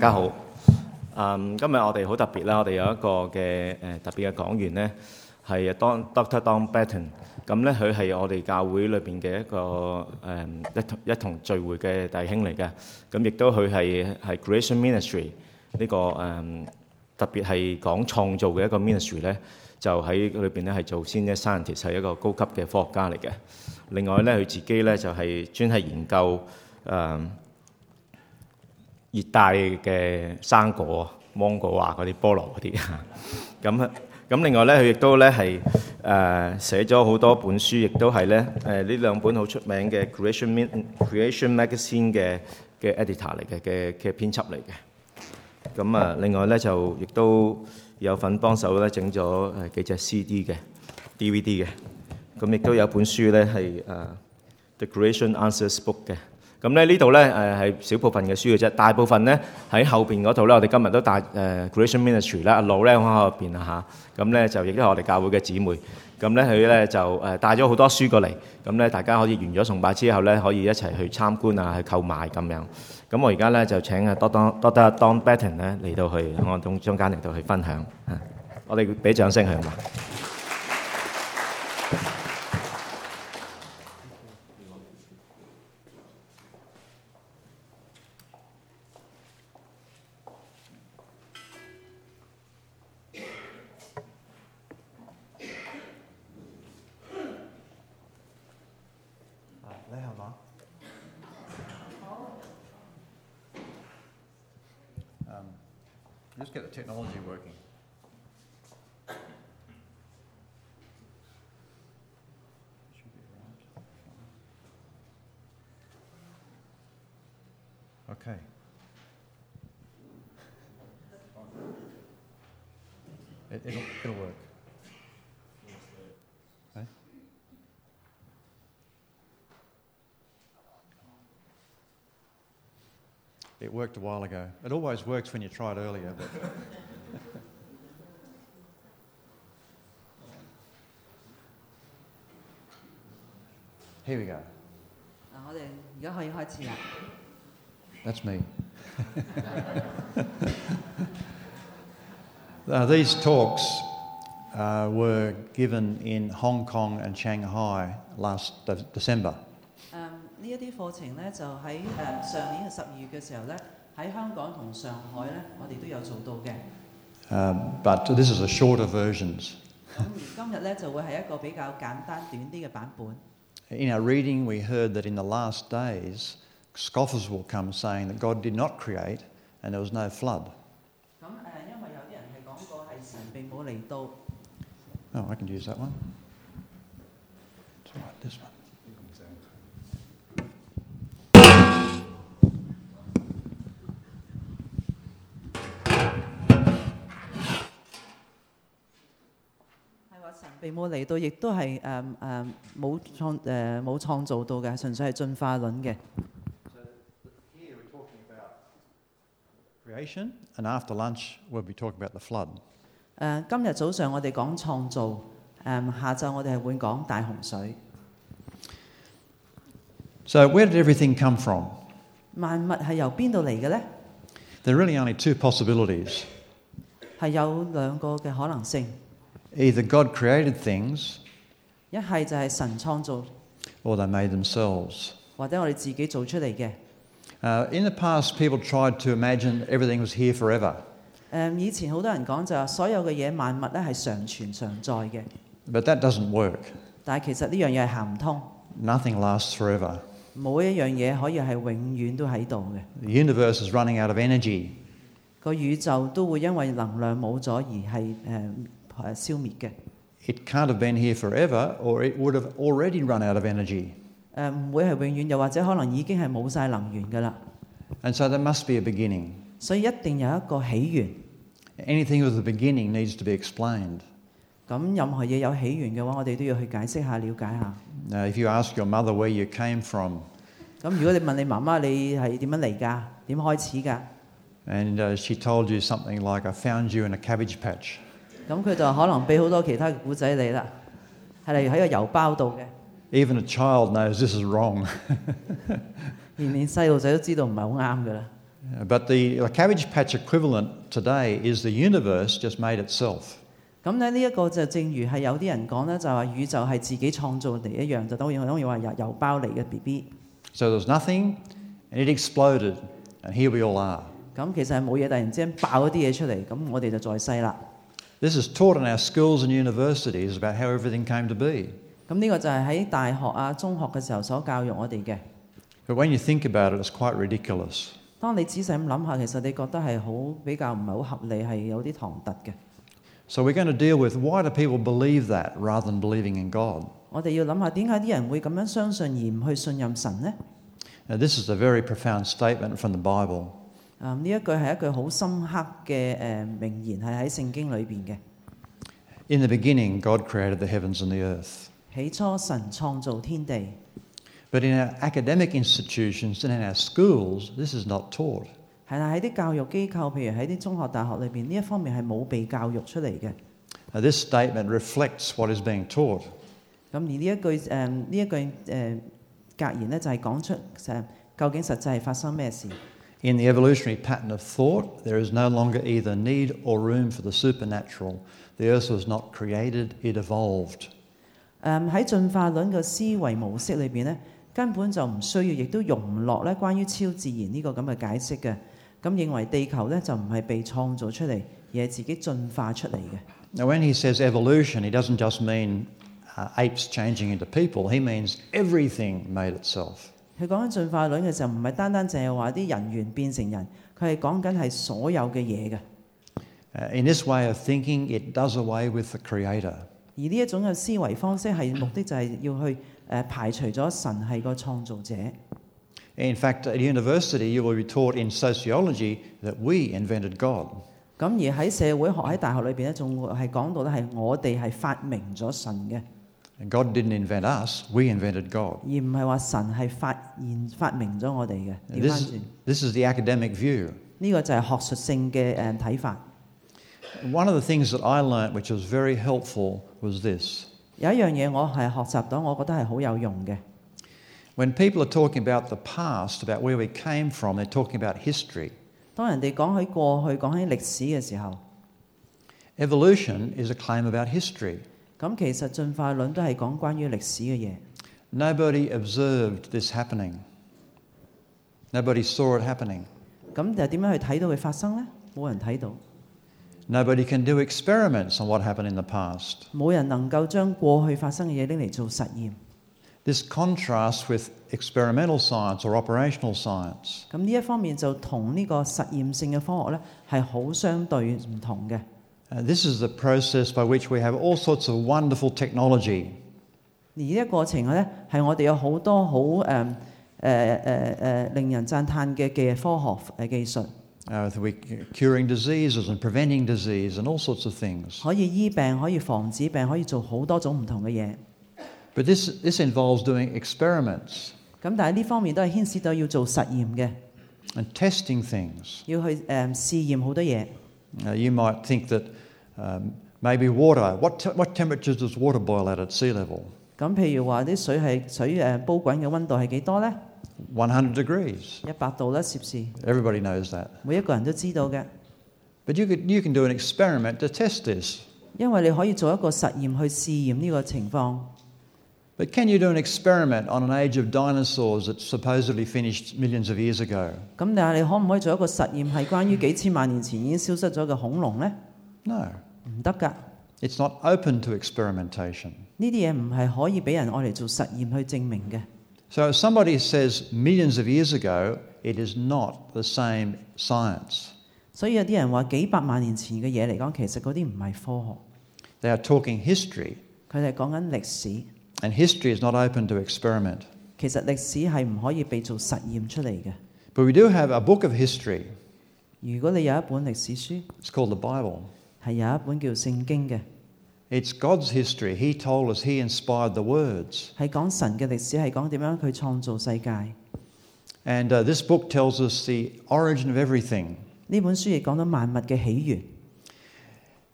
家好。嗯，今日我哋好特別啦，我哋有一個嘅誒、呃特別嘅講員呢，係當 Dr. Don Batten。咁呢，佢係我哋教會裏邊嘅一個誒、嗯一同一同聚會嘅弟兄嚟嘅。咁亦都佢係係 Creation Ministry 呢、個誒、嗯特別係講創造嘅一個 ministry 呢，就喺裏邊呢係做 senior scientist 係一個高級嘅科學家嚟嘅。另外呢，佢自己呢就係、專係研究誒。嗯熱帶嘅生果、芒果啊嗰啲、菠蘿嗰啲。 咁咁另外咧，佢亦都咧係誒寫咗好多本書，亦都係咧誒呢兩本好出名嘅 Creation Min- Creation Magazine 嘅嘅 editor 嚟嘅嘅嘅編輯嚟嘅。咁啊，另外咧就亦都有份幫手咧整咗誒幾隻 CD 嘅 DVD 嘅。咁亦都有本書咧係誒。呃 The Creation Answers Book 嘅。咁咧呢度咧誒係少部分嘅書嘅啫，大部分咧喺後邊嗰度咧，我哋今日都帶誒、呃 Creation Ministry 啦，阿老咧喺後邊啊嚇，咁咧就亦都係我哋教會嘅姊妹。咁咧佢咧就誒帶咗好多書過嚟，咁咧大家可以完咗崇拜之後咧，可以一齊去參觀啊，去購買咁樣。咁我而家咧就請阿 Don Don Don Batten 咧嚟到去我中中間嚟到去分享嚇，我哋俾掌聲佢好啊嘛？你係嘛？Um, just get the technology working. It worked a while ago. It always works when you try it earlier. But Here we go. 嗱，啊我哋而家可以開始啦。 That's me. Now, these talks uh, were given in Hong Kong and Shanghai last De- December. 誒，嗯呢一啲課程咧就喺誒、上年嘅十二月嘅時候咧，喺香港同上海咧，我哋都有做到嘅。 Um, but this is the shorter versions. 咁而今日咧就會係一個比較簡單短啲嘅版本。 In our reading, we heard that in the last days, scoffers will come saying that God did not create and there was no flood. 咁誒、呃因為有啲人係講過係神並冇嚟到， Oh, I can use that one. It's all right, this one. 係話神並冇嚟到，亦都係誒誒冇創誒呃冇、創造到嘅，純粹係進化論嘅。 Here we're talking about creation, and after lunch, we'll be talking about the flood. 誒、呃今日早上我哋講創造，誒、下晝我哋係會講大洪水。 So, where did everything come from? 萬物係由邊度嚟嘅咧？ There are really only two possibilities 係有兩個嘅可能性， either God created things 一係就係神創造， or they made themselves. 或者我哋自己做出嚟嘅。誒、 Uh, in the past, people tried to imagine everything was here forever. 以前好多人講就話所有嘅嘢萬物咧係常存常在嘅， But that doesn't work. 但係其實呢樣嘢係行唔通， Nothing lasts forever. 冇一樣嘢可以係永遠都喺度嘅。 The universe is running out of energy. 個宇宙都會因為能量冇咗而係誒誒消滅嘅。誒、 It can't have been here forever, or it would have already run out of energy. 唔會係永遠，又或者可能已經係冇晒能源㗎啦。 And so there must be a beginning. 所以一定有一個起源。 Anything with a beginning needs to be explained. 咁任何嘢有起源嘅話，我哋都要去解釋下、了解下。 Now, if you ask your mother where you came from, 咁如果你問你媽媽你係點樣嚟㗎？點開始㗎？ and uh, she told you something like, I found you in a cabbage patch, 咁佢就可能俾好多其他嘅古仔你啦，係例如喺個郵包度嘅， even a child knows this is wrong. 連連細路仔都知道唔係好啱㗎啦。 But the, the cabbage patch equivalent today is the universe just made itself. 咁咧呢一個就正如係有啲人講咧，就話宇宙係自己創造嚟一樣，就當然當然話由由包嚟嘅 B B。 So there was nothing, and it exploded, and here we all are. 咁其實係冇嘢，突然之間爆一啲嘢出嚟，咁我哋就在世啦。 This is taught in our schools and universities about how everything came to be. 咁呢個就係喺大學啊、中學嘅時候所教育我哋嘅。 But when you think about it, it's quite ridiculous. 當你仔細咁諗下，其實你覺得係好比較唔係好合理，係有啲唐突嘅。 So we're going to deal with why do people believe that rather than believing in God? 我哋要諗下點解啲人會咁樣相信而唔去信任神呢？ Now, this is a very profound statement from the Bible. 啊、呢一句係一句好深刻嘅誒、呃名言，係喺聖經裏邊嘅。 In the beginning, God created the heavens and the earth. 起初神創造天地， But in our academic institutions and in our schools, this is not taught. 係啦喺啲教育機構，譬如喺啲中學、大學裏邊，呢一方面係冇被教育出嚟嘅。 Now, this statement reflects what is being taught. 咁而呢一句誒呢、一句誒、呃格言咧，就係講出誒究竟實際係發生咩事。 In the evolutionary pattern of thought, there is no longer either need or room for the supernatural. The earth was not created, it evolved. 誒呃喺進化論嘅思維模式裏邊咧，根本就唔需要，亦都容唔落咧關於超自然呢個咁嘅解釋嘅。咁認為地球咧就唔係被創造出嚟，而係自己進化出嚟嘅。 Now, when he says evolution, he doesn't just mean uh, apes changing into people, he means everything made itself. 佢講緊進化論嘅時候，唔係單單淨係話啲人猿變成人，佢係講緊係所有嘅嘢嘅。 Uh, in this way of thinking, it does away with the creator. 而呢一種嘅思維方式係目的就係要去誒、呃排除咗神係個創造者。 In fact, at university, you will be taught in sociology that we invented God. 咁而喺社會學喺大學裏邊咧，仲會係講到咧係我哋係發明咗神嘅， And God didn't invent us, we invented God. 而唔係話神係發現發明咗我哋嘅。 And 調翻 This 轉 is, this is the academic view. 呢個就係學術性嘅誒睇法。 One of the things that I learnt, which was very helpful, was this. 有一樣嘢我係學習到，我覺得係好有用嘅。 When people are talking about the past, about where we came from, they're talking about history. 當人哋講起過去、講起歷史嘅時候， Evolution is a claim about history. 咁其實進化論都係講關於歷史嘅嘢。 Nobody observed this happening. Nobody saw it happening. 咁就點樣去睇到佢發生呢？冇人睇到， Nobody can do experiments on what happened in the past. 冇人能夠將過去發生嘅嘢拎嚟做實驗。 This contrasts with experimental science or operational science. 咁呢一方面就同呢個實驗性嘅科學呢係好相對唔同嘅。 Uh, this is the process by which we have all sorts of wonderful technology. 而呢個過程呢，係我哋有好多好誒誒誒誒令人讚歎嘅嘅科學誒技術， Uh, with we- curing diseases and preventing disease and all sorts of things. 可以醫病，可以防止病，可以做好多種唔同嘅嘢。 But this, this involves doing experiments 咁但係呢方面都係牽涉到要做實驗嘅， and testing things. 要去誒、試驗好多嘢。 Now, you might think that um, maybe water, what, te- what temperatures does water boil at at sea level? 咁譬如話啲水係水誒煲滾嘅温度係幾多呢？ 100 degrees. 一百度啦，攝氏， Everybody knows that. 每一個人都知道嘅， But you, could, you can do an experiment to test this. 因為你可以做一個實驗去試驗呢個情況。 But can you do an experiment on an age of dinosaurs that supposedly finished millions of years ago? 咁但係你可唔可以做一個實驗係關於幾千萬年前已經消失咗嘅恐龍呢？ No. 唔得㗎， It's not open to experimentation. 呢啲嘢唔係可以俾人愛嚟做實驗去證明嘅。 So if somebody says millions of years ago, it is not the same science. 所以有啲人話幾百萬年前嘅嘢嚟講，其實嗰啲唔係科 They are talking history, 學，佢哋係講緊歷史。 and history is not open to experiment. 其實歷史係唔可以被做實驗出嚟嘅。 But we do have a book of history. 如果你有一本歷史書， It's called the Bible. 係有一本叫聖經嘅， It's God's history. He told us He inspired the words. 係講神嘅歷史，係講點樣佢創造世界。呢 And uh, this book tells us the origin of everything. 本書亦講到萬物嘅起源，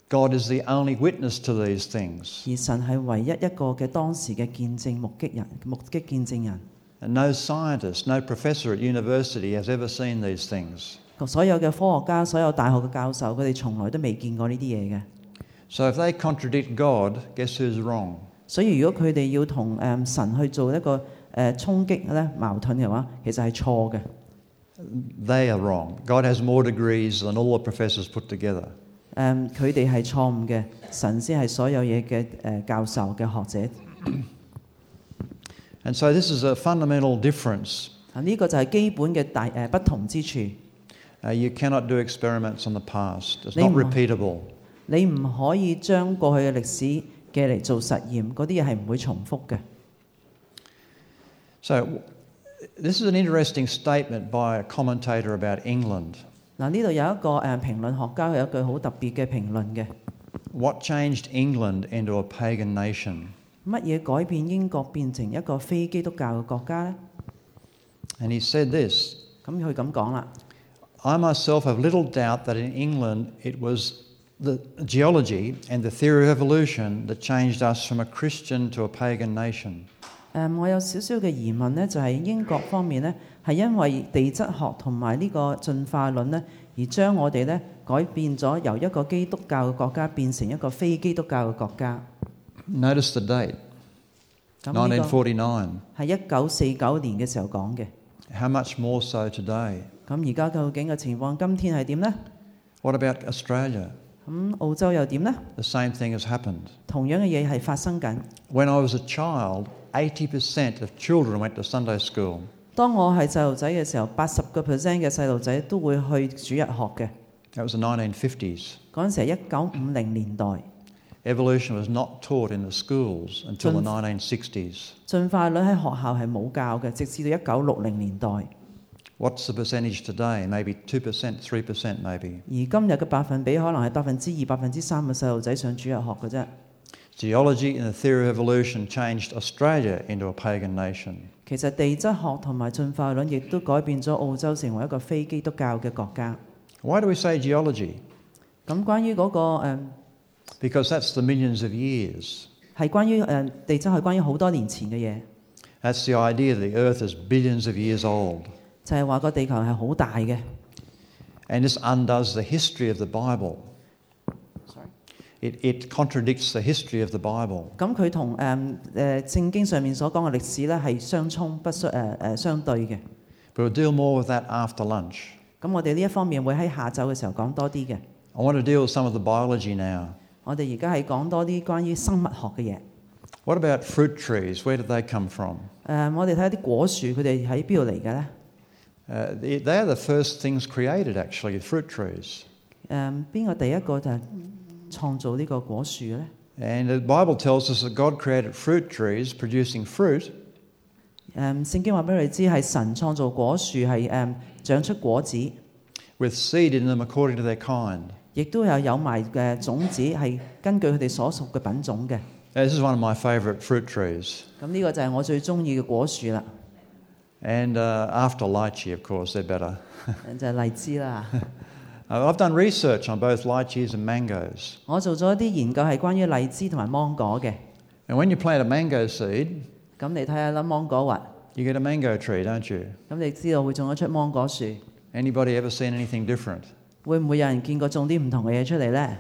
God is the only witness to these things. 而神係唯一一個嘅當時嘅見證目擊人、目擊見證人。 And no scientist, no professor at university has ever seen these things. 所有嘅科學家、所有大學嘅教授，佢哋從來都未見過呢啲嘢嘅。 So if they contradict God, guess who's wrong? 所以如果佢哋要同誒、嗯神去做一個誒、呃、衝擊咧矛盾嘅話，其實係錯嘅。誒、 They are wrong. God has more degrees than all the professors put together. 嗯佢哋係錯誤嘅，神先係所有嘢嘅誒教授嘅學者。 And so this is a fundamental difference. 啊，呢、個就係基本嘅大誒、呃不同之處。 Uh, you cannot do experiments on the past. It's They not might. repeatable. 你唔可以將過去嘅歷史嘅嚟做實驗，嗰啲嘢係唔會重複嘅。 So w- this is an interesting statement by a commentator about England. 嗱，呢度有一個誒、呃、評論學家，佢有一句好特別嘅評論嘅： What changed England into a pagan nation? 乜嘢改變英國變成一個非基督教嘅國家呢？ And he said this 咁佢咁講啦， I myself have little doubt that in England it was the geology and the theory of evolution that changed us from a Christian to a pagan nation. 誒、我有少少嘅疑問呢，就係、英國方面呢，係因為地質學同埋呢個進化論呢，而將我哋呢改變咗由一個基督教嘅國家變成一個非基督教嘅國家。 Notice the date, 咁呢個 1949. 係一九四九年嘅時候講嘅。 How much more so today? 咁而家究竟嘅情況，今天係點呢？ What about Australia? 咁澳洲又點呢？ The same thing has happened. 同樣嘅嘢係發生緊。 When I was a child, 80% of children went to Sunday school. 當我係細路仔嘅時候，八十個 percent 嘅細路仔都會去主日學嘅。 That was the 1950s. 嗰陣時係一九五零年代， Evolution was not taught in the schools until the 1960s. 進化論喺學校係冇教嘅，直至到一九六零年代。而 What's the percentage today? Maybe 2%, 3%, maybe. 今日嘅百分比可能係百分之二、百分之三嘅細路仔上主日學嘅啫。 Geology and the theory of evolution changed Australia into a pagan nation. 其實地質學同埋進化論亦都改變咗澳洲成為一個非基督教嘅國家。 Why do we say geology? 咁關於嗰、個誒係、 Because that's the millions of years. 關於誒、地質係關於好多年前嘅嘢， That's the idea that the earth is billions of years old. 就係話個地球係好大嘅。 And this undoes the history of the Bible. It, it contradicts the history of the Bible. 咁佢同誒誒聖經上面所講嘅歷史咧係相衝不相誒誒相對嘅。 But we'll deal more with that after lunch. 咁我哋呢一方面會喺下晝嘅時候講多啲嘅。 I want to deal with some of the biology now. 我哋而家係講多啲關於生物學嘅嘢。誒、 What about fruit trees? Where did they come from? 我哋睇下啲果樹，佢哋喺邊度嚟嘅咧？誒、 Uh, they they are the first things created, actually, fruit trees. 邊個第一個就係創造呢個果樹嘅咧？ And the Bible tells us that God created fruit trees producing fruit, 誒、聖經話俾我哋知係神創造果樹，係誒、長出果子， with seed in them according to their kind. 亦都有有埋嘅種子，係根據佢哋所屬嘅品種嘅。 Now, this is one of my favourite fruit trees. 咁呢個就係我最中意嘅果樹啦， And uh, after lychee, of course, they're better. 就係荔枝啦。 Uh, I've done research on both lychees and mangoes. 我做咗一啲研究係關於荔枝同埋芒果嘅， And when you plant a mango seed, 咁你睇下啦，芒果核， you get a mango tree, don't you? 咁你知道會種咗出芒果樹， Anybody ever seen anything different? 會唔會有人見過種啲唔同嘅嘢出嚟呢？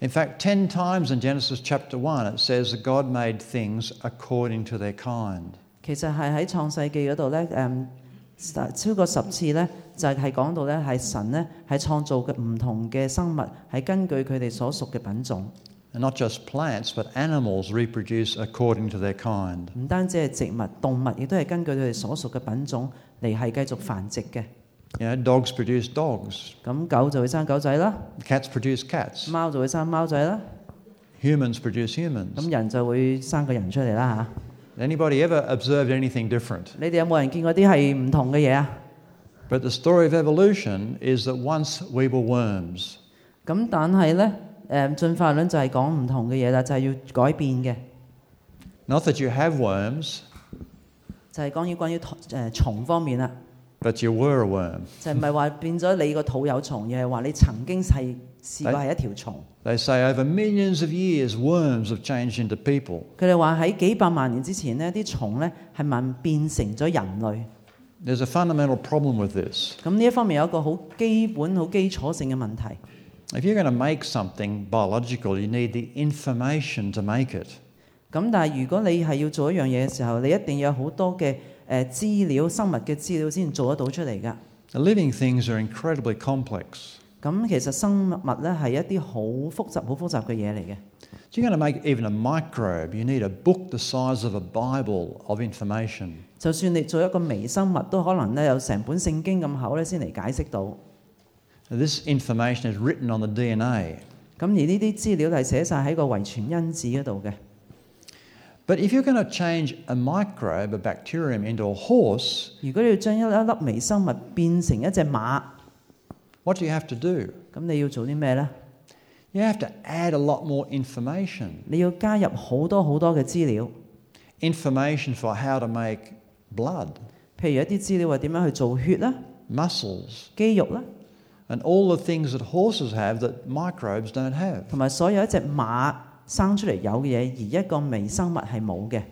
In fact, 10 times in Genesis chapter 1, it says that God made things according to their kind. 其實係喺創世記嗰度呢，誒、超過十次呢，就係講到呢，係神呢係創造嘅唔同嘅生物，係根據佢哋所屬嘅品種， And not just plants, but animals reproduce according to their kind. 唔單止係植物、動物，亦都係根據佢哋所屬嘅品種嚟係繼續繁殖嘅。 You know, dogs produce dogs, 咁狗就會生狗仔啦， cats produce cats, 貓就會生貓仔啦， humans produce 咁 humans. 人就會生個人出嚟啦嚇。 Anybody ever observed anything different? 你哋有冇人見過啲係唔同嘅嘢啊？ But the story of evolution is that once we were worms, 咁但係呢，誒、進化論就係講唔同嘅嘢啦，就係、要改變嘅， not that you have worms, 就係、關於關於誒、蟲方面啦， but you were a worm. 就唔係話變咗你個肚有蟲，而係話你曾經係試過係一條蟲。 They say over millions of years, worms have changed into people. 佢哋話喺幾百萬年之前呢啲蟲呢係慢變成咗人類。 There's a fundamental problem with this. 咁呢一方面有一個好基本、好基礎性嘅問題。 If you're going to make something biological, you need the information to make it. 咁但係如果你係要做一樣嘢嘅時候，你一定要有好多嘅誒、呃、資料、生物嘅資料先做得到出嚟㗎。 The living things are incredibly complex. 咁其實生物咧係一啲好複雜、好複雜嘅嘢嚟嘅。 If you're going to make even a microbe, you need a book the size of a Bible of information. 就算你做一個微生物，都可能咧有成本聖經咁厚咧先嚟解釋到。咁 This information is written on the DNA. 而呢啲資料係寫晒喺個遺傳因子嗰度嘅。 But if you're going to change a microbe, a bacterium, into a horse, 如果你要將一粒粒微生物變成一隻馬， what do you have to do? 咁你要做啲咩呢？ You have to add a lot more information. 你要加入好多好多嘅資料， Information for how to make blood, 譬如一啲資料話點樣去做血啦、 muscles, 肌肉啦， and all the things that horses have that microbes don't have. 同埋所有一隻馬生出嚟有嘅嘢，而一個微生物係冇嘅。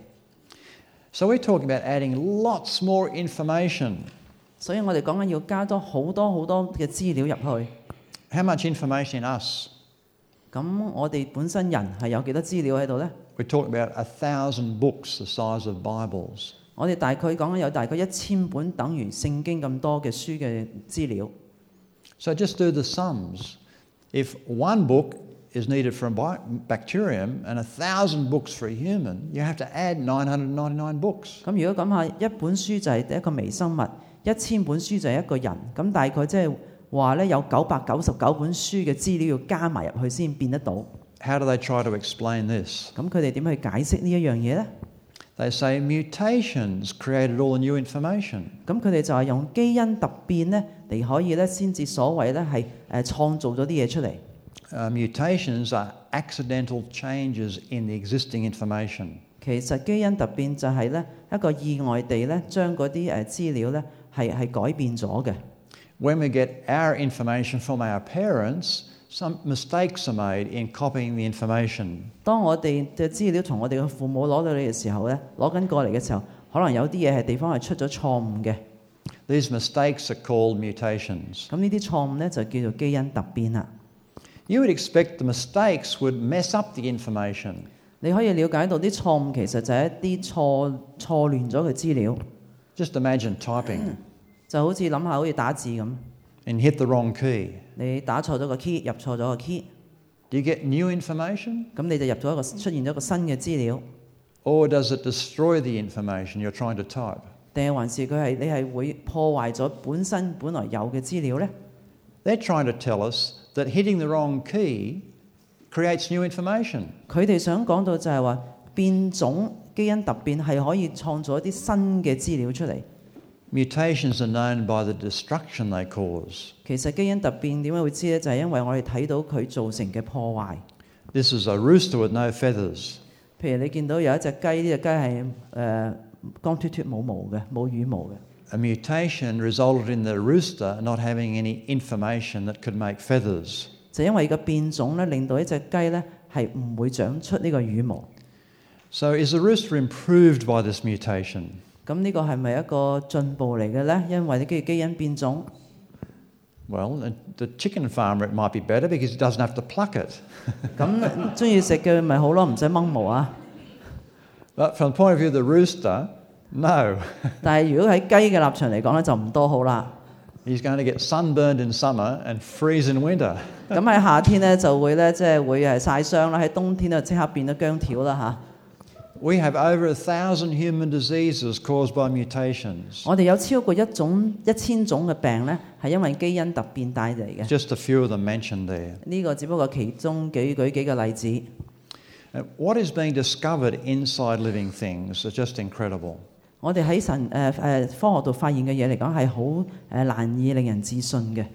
So we're talking about adding lots more information. 所以我哋講緊要加多好多好多嘅資料入去。 How much information in us? 咁我哋本身人係有幾多資料喺度呢？ We're talking about a thousand books the size of Bibles. 我哋大概講緊有大概一千本等於聖經咁多嘅書嘅資料。 So just do the sums. If one book is needed for a bi- bacterium and a thousand books for a human, you have to add 999 books. 咁如果咁下一本書就係一個微生物，一千本書就係一個人，咁大概即係話呢，有九百九十九本書嘅資料要加埋入去先變得到。 How do they try to explain this? 咁佢哋點去解釋呢一樣嘢呢？ They say mutations created all the new information. 咁佢哋就係用基因突變呢，你可以呢先至所謂呢係誒創造咗啲嘢出嚟。 Uh, mutations are accidental changes in the existing information. 其實基因突變就係呢一個意外地呢，將嗰啲誒資料呢係係改變咗嘅。 When we get our information from our parents, some mistakes are made in copying the information. 當我哋嘅資料同我哋嘅父母攞到嚟嘅時候呢，攞緊過嚟嘅時候，可能有啲嘢係地方係出咗錯誤嘅。 These mistakes are called mutations. 咁呢啲錯誤呢，就叫做基因突變啦。 You would expect the mistakes would mess up the information, 你可以了解到啲錯誤其實就係一啲錯錯亂咗嘅資料， just imagine typing 就好似諗下好似打字咁， and hit the wrong key. 你打錯咗個 key，入錯咗個 key， Do you get new information 咁你就入咗一個出現咗一個新嘅資料， or does it destroy the information you're trying to type? 定係還是佢係你係會破壞咗本身本來有嘅資料呢？ They're trying to tell us that hitting the wrong key creates new information. 佢哋想講到就係話變種基因突變係可以創造一啲新嘅資料出嚟。 Mutations are known by the destruction they cause. 其實基因突變點解會知呢？就係、因為我哋睇到佢造成嘅破壞。 This is a rooster with no feathers. 譬如你見到有一隻雞，呢只雞係誒光脱脱冇毛嘅，冇羽毛嘅。 A mutation resulted in the rooster not having any information that could make feathers. 就因為個變種咧，令到一隻雞咧係唔會長出呢個羽毛。 So, is the rooster improved by this mutation? 咁呢個係咪一個進步嚟嘅咧？因為啲基因變種， Well, the- the chicken farmer it might be better because he doesn't have to pluck it. 咁 中意食嘅咪好咯，唔使掹毛啊。 But from the point of view of the rooster, no. 但係如果喺雞嘅立場嚟講咧，就唔多好啦。 He's going to get sunburned in summer and freeze in winter. 咁喺夏天咧就會咧即係會係曬傷啦，喺冬天就即刻變咗姜條啦 We have over a thousand human diseases caused by mutations. 嚇。我哋有超過一種一千種嘅病咧，係因為基因突變帶嚟嘅。 Just a few of them mentioned there. 呢個只不過其中幾舉幾個例子。 Uh, What is being discovered inside living things is just incredible. 我哋喺神誒誒、呃科學度發現嘅嘢嚟講係好誒難以令人置信嘅。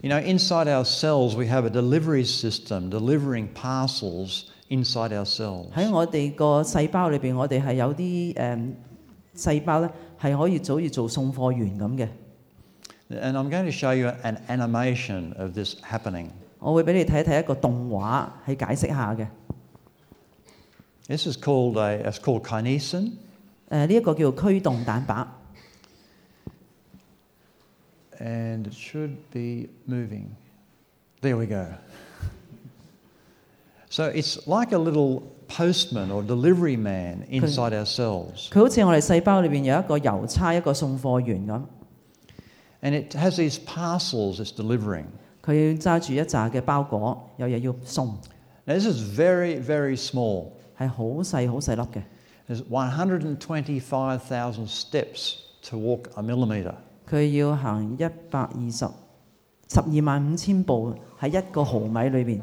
You know, inside our cells, we have a delivery system delivering parcels inside our cells. 喺我哋個細胞裏邊，我哋係有啲誒、呃、細胞咧係可以早似做送貨員咁嘅。 And I'm going to show you an animation of this happening. 我會俾你睇一睇一個動畫，係解釋下嘅。誒、 This is called a, it's called kinesin, 呃呢一個叫驅動蛋白， and it should be moving. There we go. So it's like a little postman or delivery man inside our cells, 佢好似我哋細胞裏邊有一個郵差、一個送貨員咁， and it has these parcels it's delivering. 佢揸住一紮嘅包裹，有嘢要送， Now this is very very small. 係好細好細粒嘅。 There's 125,000 steps to walk a millimeter. 佢要行一百二十十二萬五千步喺一個毫米裏邊，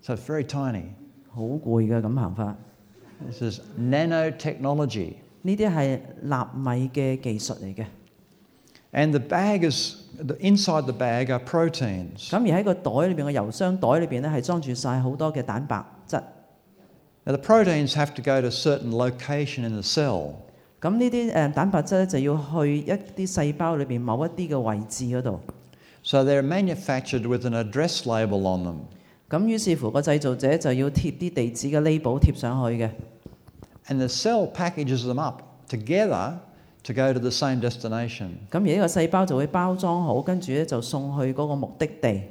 So it's very tiny. 好攰嘅咁行法。 This is nanotechnology. 呢啲係納米嘅技術嚟嘅。 And the bag is, the, inside the bag are proteins. 咁而喺個袋裏邊個郵箱袋裏邊咧，係裝住晒好多嘅蛋白質。 Now the proteins have to go to a certain location in the cell. 咁呢啲誒蛋白質咧就要去一啲細胞裏邊某一啲嘅位置嗰度。 So they're manufactured with an address label on them. 咁於是乎個製造者就要貼啲地址嘅 label 貼上去嘅。 And the cell packages them up together to go to the same destination. 咁而呢個細胞就會包裝好，跟住咧就送去嗰個目的地。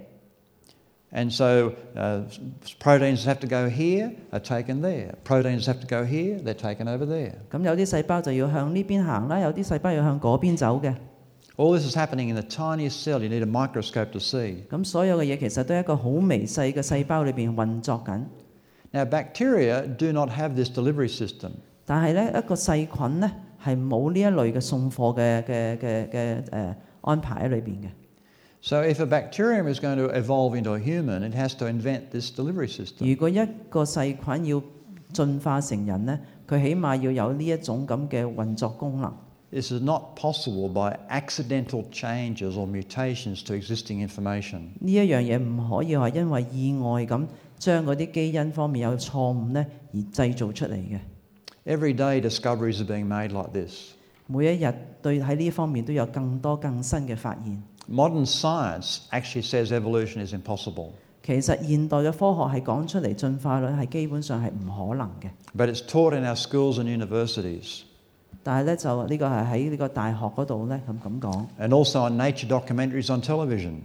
And so uh, s- proteins that have to go here, are taken there. Proteins that have to go here, they're taken over there. 咁有啲細胞就要向呢邊行啦，有啲細胞要向嗰邊走嘅。 All this is happening in the tiniest cell. You need a microscope to see. 咁所有嘅嘢其實都係一個好微細嘅細胞裏邊運作緊。 Now, bacteria do not have this delivery system. 但係咧，一個細菌咧係冇呢一類嘅送貨嘅嘅嘅嘅誒安排喺裏邊嘅。 So, if a bacterium is going to evolve into a human, it has to invent this delivery system. 如果一個細菌要進化成人咧，佢起碼要有呢一種咁嘅運作功能。 This is not possible by accidental changes or mutations to existing information. 呢一樣嘢唔可以話因為意外咁將嗰啲基因方面有錯誤咧而製造出嚟嘅。 Every day, discoveries are being made like this. 每一日對喺呢方面都有更多更新嘅發現。 Modern science actually says evolution is impossible, 其實現代嘅科學係講出嚟進化率係基本上係唔可能嘅， but it's taught in our schools and universities, 但係咧就呢個係喺呢個大學嗰度咧咁咁講， and also on nature documentaries on television.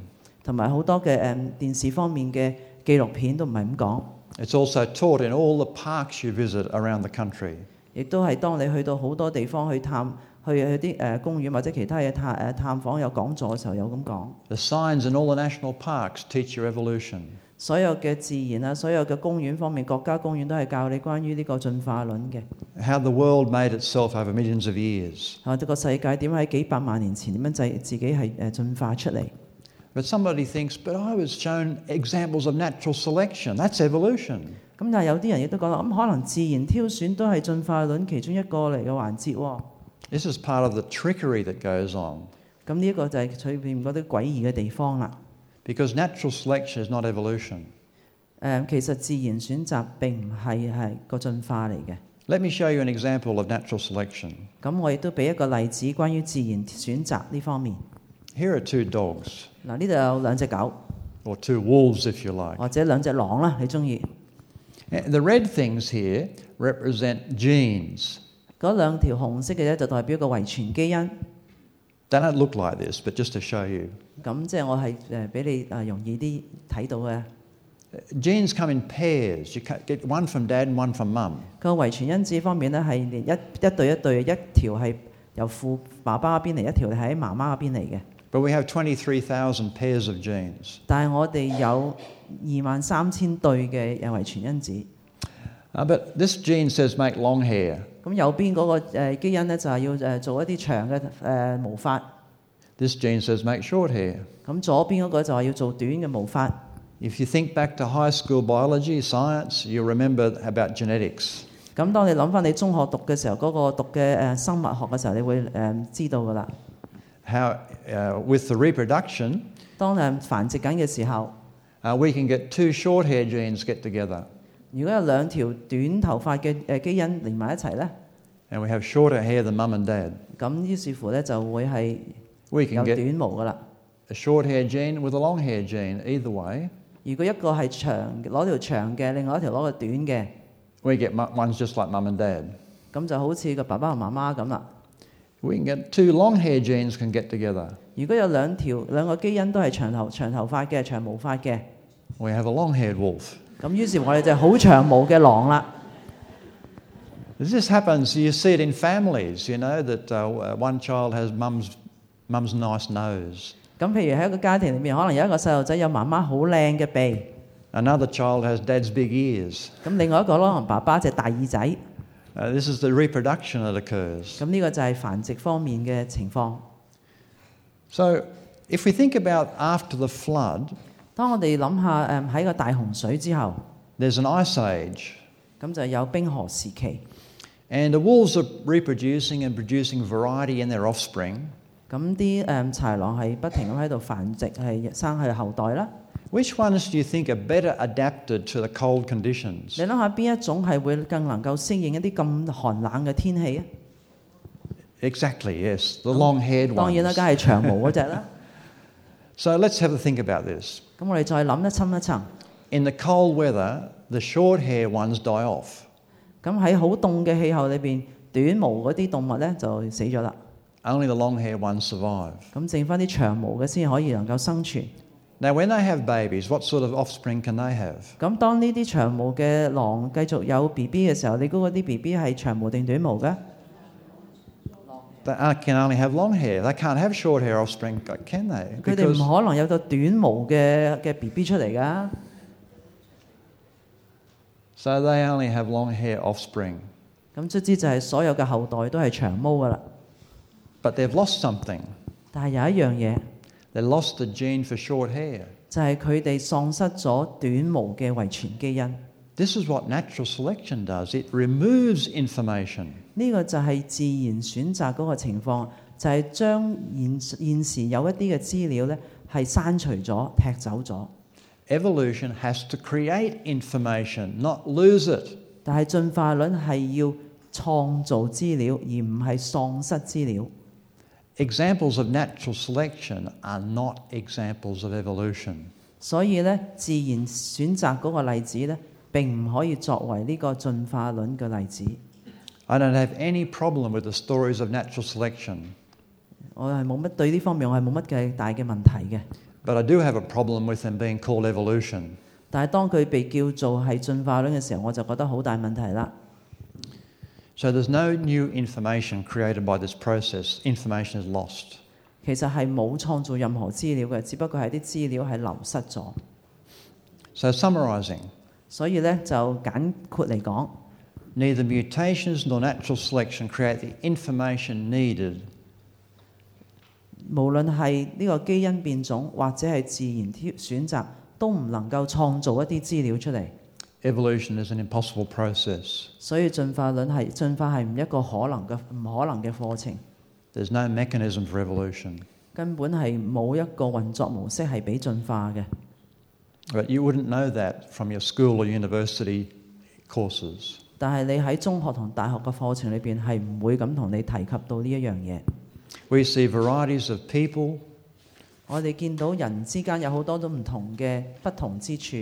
同埋好多嘅誒、嗯、電視方面嘅紀錄片都唔係咁講， It's also taught in all the parks you visit around the country. 亦都係當你去到好多地方去探去去啲誒、呃公園或者其他嘢探誒、呃探訪有講座嘅時候有咁講， The signs in all the national parks teach you evolution. 所有嘅自然啊，所有嘅公園方面，國家公園都係教你關於呢個進化論嘅， how the world made itself over millions of years. 啊，呢個世界點喺幾百萬年前點樣製自己係誒進化出嚟。 But somebody thinks, but I was shown examples of natural selection. That's evolution. 咁但係有啲人亦都覺得，咁、嗯可能自然挑選都係進化論其中一個嚟嘅環節喎、 This is part of the trickery that goes on 咁呢一個就係佢面嗰啲詭異嘅地方啦。 because natural selection is not evolution. 誒、其實自然選擇並唔係係個進化嚟嘅。 Let me show you an example of natural selection. 咁我亦都俾一個例子，關於自然選擇呢方面。 Here are two dogs, 嗱，呢度有兩隻狗， or two wolves if you like. 或者兩隻狼啦，你中意。 And the red things here represent genes. 嗰兩條紅色嘅咧就代表個遺傳基因。 They don't look like this, but just to show you. 咁即係我係誒俾你誒容易啲睇到嘅。 Genes come in pairs. You ca- get one from dad and one from mum. 個遺傳因子方面咧係連一一對一對，一條係由父爸爸嗰邊嚟，一條係喺媽媽嗰邊嚟嘅。 But we have 23,000 pairs of genes. 但係我哋有二萬三千對嘅誒遺傳因子。 Uh, but this gene says make long hair. 咁右邊嗰個誒基因咧就係要誒做一啲長嘅誒毛髮， This gene says make short hair. 咁左邊嗰個就係要做短嘅毛髮。 If you think back to high school biology, science, you'll remember about genetics. 咁當你諗翻你中學讀嘅時候，嗰、個讀嘅誒生物學嘅時候，你會誒知道噶啦。 How, uh, with the reproduction, 當誒繁殖緊嘅時候， uh, we can get two short hair genes get together, 如果有兩條短頭髮嘅誒基因連埋一齊咧， and we have shorter hair than mum and dad. 咁於是乎咧就會係 We can 有 get 短毛噶啦。 a short hair gene with a long hair gene. Either way, 如果一個係長攞條長嘅，另外一條攞個短嘅， we get mu- ones just like mum and dad. 咁就好似個爸爸同媽媽咁啦。 We can get two long hair genes can get together. 如果有兩條兩個基因都係長頭長頭髮嘅長毛髮嘅， We have a long haired wolf. 咁於是我哋就好長毛嘅狼啦。 This happens, you see it in families, you know, that uh, one child has mum's, mum's nice nose, 咁譬如喺一個家庭裏面，可能有一個細路仔有媽媽好靚嘅鼻， another child has dad's big ears. 咁另外一個可能爸爸隻大耳仔，咁 Uh, this is the reproduction that occurs. 呢個就係繁殖方面嘅情況。 So, if we think about after the flood, 當我哋諗下誒喺個大洪水之後， there's an ice age, 咁就有冰河時期， and the wolves are reproducing and producing variety in their offspring. 咁啲誒豺狼係不停咁喺度繁殖，係生佢後代啦。 Which ones do you think are better adapted to the cold conditions? 你諗下邊一種係會更能夠適應一啲咁寒冷嘅天氣啊？ Exactly, yes, the long haired 當然啦，梗 ones. 係長毛嗰只啦。 So, let's have a think about this. 咁我哋再諗一深一層。 In the cold weather, the short hair ones die off 咁喺好凍嘅氣候裏邊，短毛嗰啲動物咧就死咗啦。 only the long hair ones survive. 咁剩翻啲長毛嘅先可以能夠生存。 Now, when they have babies, what sort of offspring can they have? 咁當呢啲長毛嘅狼繼續有 B B 嘅時候，你估嗰啲 B B 係長毛定短毛嘅？ They uh, can only have long hair. They can't have short hair offspring, can they? 佢哋唔 Because 可能有個短毛嘅嘅 B B 出嚟噶。 so they only have long hair offspring, 咁卒之就係所有嘅後代都係長毛噶啦。 but they've lost something. 但係有一樣嘢 They lost the gene for short hair. 就係佢哋喪失咗短毛嘅遺傳基因。 This is what natural selection does. It removes information. 呢個就係自然選擇嗰個情況，就係、將現現時有一啲嘅資料呢係刪除咗、踢走咗。 Evolution has to create information, not lose it. 但係進化論係要創造資料，而唔係喪失資料。 Examples of natural selection are not examples of evolution. 所以呢，自然選擇嗰個例子呢，並唔可以作為呢個進化論嘅例子。 I don't have any problem with the stories of natural selection, 我係冇乜對呢方面，我係冇乜嘅大嘅問題嘅。 but I do have a problem with them being called evolution. 但係當佢被叫做係進化論嘅時候，我就覺得好大問題啦。 So there's no new information created by this process, information is lost. 其實係冇創造任何資料嘅，只不過係啲資料係流失咗。 So, summarising, 所以咧就簡括嚟講， neither mutations nor natural selection create the information needed. 無論係呢個基因變種或者係自然挑選擇，都唔能夠創造一啲資料出嚟。 Evolution is an impossible process. 所以進化論係進化係唔一個可能嘅唔可能嘅課程， There's no mechanism for evolution. 根本係冇一個運作模式係俾進化嘅。 But you wouldn't know that from your school or university courses. 但係你喺中學同大學嘅課程裏邊係唔會咁同你提及到呢一樣嘢。 We see varieties of people, 我哋見到人之間有好多種唔同嘅不同之處。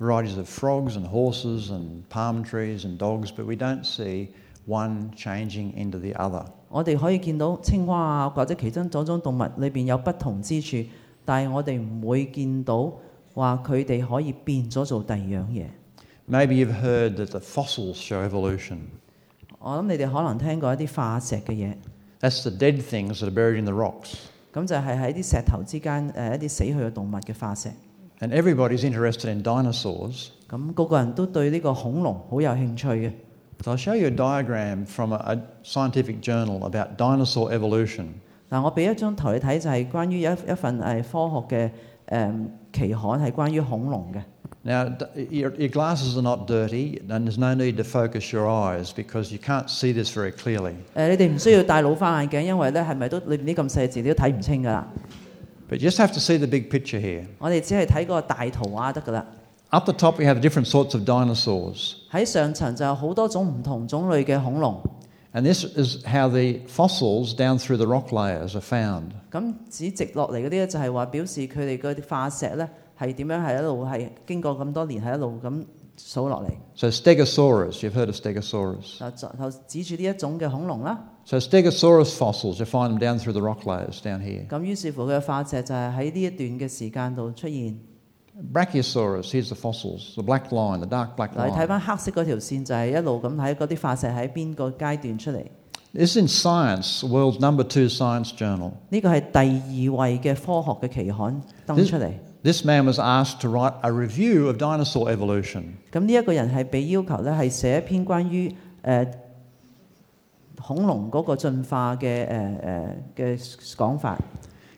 varieties of frogs and horses and palm trees and dogs, but we don't see one changing into the other. 我哋可以見到青蛙啊，或者其中種種動物裏邊有不同之處，但係我哋唔會見到話佢哋可以變咗做第二樣嘢。 Maybe you've heard that the fossils show evolution. 我諗你哋可能聽過一啲化石嘅嘢， That's the dead things that are buried in the rocks. 咁就係喺啲石頭之間誒、呃一啲死去嘅動物嘅化石。 And everybody's interested in dinosaurs. 咁個個人都對呢個恐龍好有興趣嘅。 So I'll show you a diagram from a, a scientific journal about dinosaur evolution. 嗱，我俾一張圖你睇，就係關於一一份誒科學嘅誒、呃期刊係關於恐龍嘅。 Now, d- your, your glasses are not dirty, and there's no need to focus your eyes because you can't see this very clearly. 誒、你哋唔需要戴老花眼鏡，因為咧係咪都裏邊啲咁細嘅字你都睇唔清㗎啦。 But you just have to see the big picture here. 我哋只係睇個大圖畫得㗎啦。 Up the top, we have different sorts of dinosaurs, 喺上層就有好多種唔同種類嘅恐龍， And this is how the fossils down through the rock layers are found. 咁指直落嚟嗰啲咧，就係話表示佢哋嗰啲化石咧係點樣係一路係經過咁多年係一路咁數落嚟。 So Stegosaurus, you've heard of Stegosaurus. 就就指住呢一種嘅恐龍啦。 So Stegosaurus fossils, you find them down through the rock layers down here. 咁於是乎佢嘅化石就係喺呢一段嘅時間度出現。 Brachiosaurus, here's the fossils, the black line, the dark black 嗱，你睇 line. 翻黑色嗰條線就係一路咁睇嗰啲化石喺邊個階段出嚟。 This is in Science, the world's number two science journal. 呢個係第二位嘅科學嘅期刊登出嚟。 This man was asked to write a review of dinosaur evolution. 咁呢一個人係被要求咧係寫一篇關於誒、呃恐龍嗰個進化嘅誒誒嘅講法。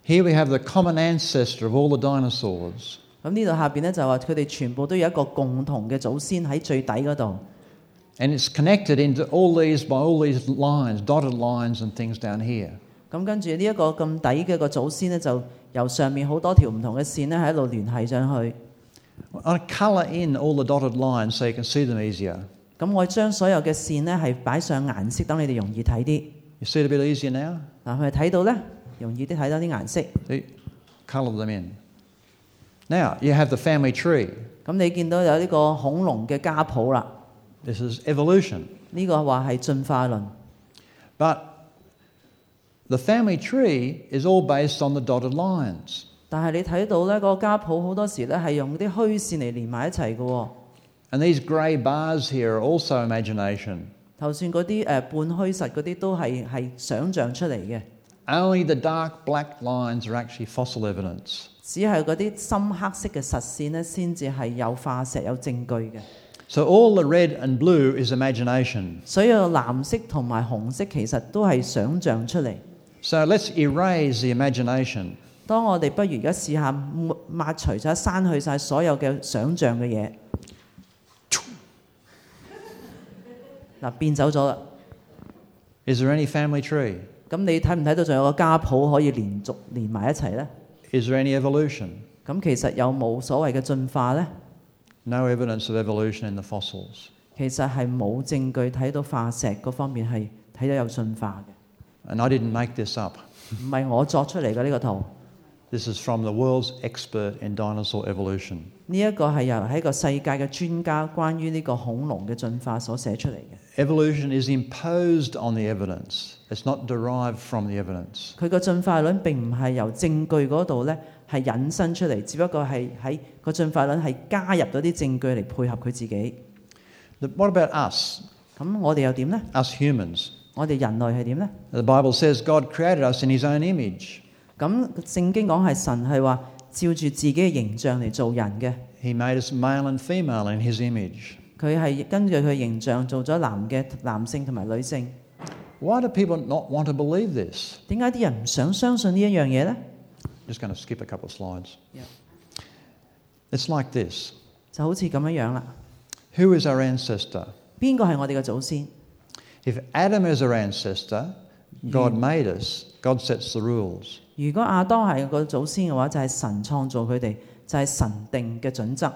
Here we have the common ancestor of all the dinosaurs. 咁呢度下邊咧就話佢哋全部都有一個共同嘅祖先喺最底嗰度。 And it's connected into all these by all these lines, dotted lines and things down here. 咁跟住呢一個咁底嘅個祖先咧，就由上面好多條唔同嘅線咧，喺度聯繫上去。 I colour in all the dotted lines so you can see them easier. 咁我將所有嘅線咧係擺上顏色，等你哋容易睇啲。 You see it a bit easier now? 嗱，佢哋睇到咧，容易啲睇到啲顏色。 See, colour them in. Now, you have the family tree. 咁你見到有呢個恐龍嘅家譜啦， This is evolution. 呢、個話係進化論。 But the family tree is all based on the dotted lines. 但係你睇到咧，個家譜好多時咧係用啲虛線嚟連埋一齊嘅喎。 And these grey bars here are also imagination. 頭先嗰啲誒呃半虛實嗰啲都係係想像出嚟嘅， Only the dark black lines are actually fossil evidence. 只係嗰啲深黑色嘅實線咧，先至係有化石有證據嘅。 So all the red and blue is imagination. 所有藍色同埋紅色其實都係想像出嚟。 So let's erase the imagination. 當我哋不如而家試下抹抹除晒、刪去晒所有嘅想像嘅嘢，嗱變走咗啦。 Is there any family tree? 咁你睇唔睇到仲有個家譜可以連續連埋一齊呢？ Is there any evolution? 咁其實有冇所謂嘅進化呢？ No evidence of evolution in the fossils. 其實係冇證據睇到化石嗰方面係睇到有進化 And I didn't make this up. 嘅，唔係我作出嚟嘅呢個圖。 This is from the world's expert in dinosaur evolution. 呢、一個係由喺個世界嘅專家關於呢個恐龍嘅進化所寫出嚟嘅。 Evolution is imposed on the evidence, it's not derived from the evidence. 佢個進化論並唔係由證據嗰度咧係引申出嚟，只不過係喺個進化論係加入咗啲證據嚟配合佢自己。 But what about us, 咁我哋又點呢？ us humans? 我哋人類係點呢？ The Bible says God created us in his own image, 咁聖經講係神係話照住自己嘅形象嚟做人嘅， he made us male and female in his image. 佢係根據佢形象做咗男嘅男性同埋女性。 Why do people not want to believe this? 點解啲人唔想相信呢一樣嘢呢？ Just going to skip a couple of slides. Yeah. It's like this. 就好似咁樣樣啦。 Who is our ancestor? 邊個係我哋嘅祖先？ If Adam is our ancestor, God made us. God sets the rules. 如果亞當係個祖先嘅話，就係、神創造佢哋，就係、神定嘅準則。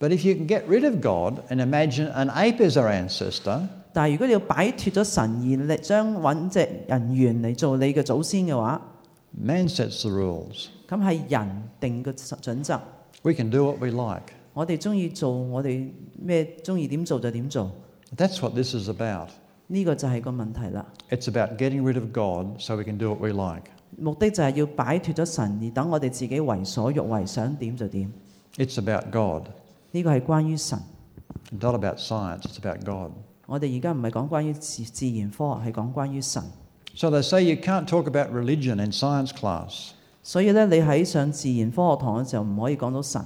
But if you can get rid of God and imagine an ape is our ancestor, 但係如果你要擺脱咗神而你將揾隻人猿嚟做你嘅祖先嘅話， man sets the rules. 咁係人定嘅準則。 We can do what we like. 我哋中意做，我哋咩中意點做就點做。 That's what this is about. 呢、個就係個問題啦。 It's about getting rid of God so we can do what we like. 目的就係要擺脱咗神，而等我哋自己為所欲為，想點就點。 It's about God. 呢個係關於神。 It's not about science, it's about God. 我哋而家唔係講關於自自然科學，係講關於神。 So they say you can't talk about religion in science class, 所以咧，你喺上自然科學堂嘅時候唔可以講到神，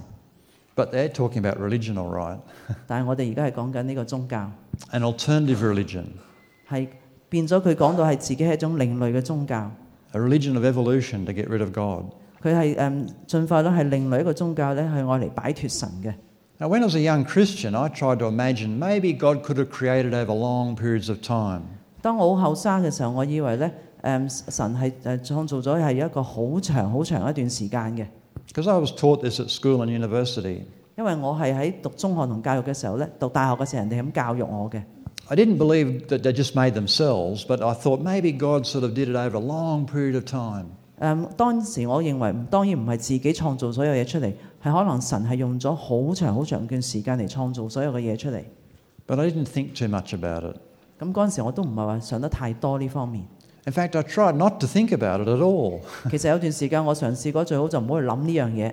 but they're talking about religion all right. 但係我哋而家係講緊呢個宗教， An alternative religion, 係變咗佢講到係自己係一種另類嘅宗教。 a religion of evolution to get rid of God. 佢係誒進化咧係另類一個宗教咧，係愛嚟擺脱神嘅。 Now, when I was a young Christian, I tried to imagine maybe God could have created over long periods of time. 當我好後生嘅時候，我以為咧誒、神係誒創造咗係一個好長好長一段時間嘅， Because I was taught this at school and university. 因為我係喺讀中學同教育嘅時候咧，讀大學嘅時候人哋咁教育我嘅。 I didn't believe that they just made themselves, but I thought maybe God sort of did it over a long period of time. 誒、呃當時我認為當然唔係自己創造所有嘢出嚟，係可能神係用咗好長好長段時間嚟創造所有嘅嘢出嚟。 But I didn't think too much about it. 咁嗰陣時我都唔係話想得太多呢方面。 In fact, I tried not to think about it at all 其實有段時間我嘗試過最好就唔好去諗呢樣嘢，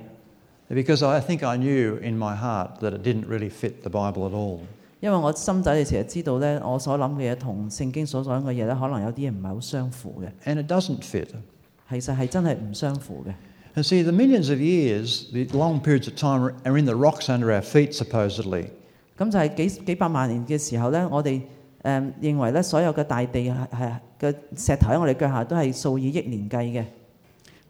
because I think I knew in my heart that it didn't really fit the Bible at all. 因為我心底裏其實知道呢，我所諗嘅嘢同聖經所講嘅嘢呢，可能有啲嘢唔係好相符嘅， And it doesn't fit. 其實係真係唔相符嘅。 And see, the millions of years, the long periods of time, are- are in the rocks under our feet, supposedly. 咁就係幾幾百萬年嘅時候呢，我哋誒、嗯、認為呢，所有嘅大地係係嘅石頭喺我哋腳下都係數以億年計嘅。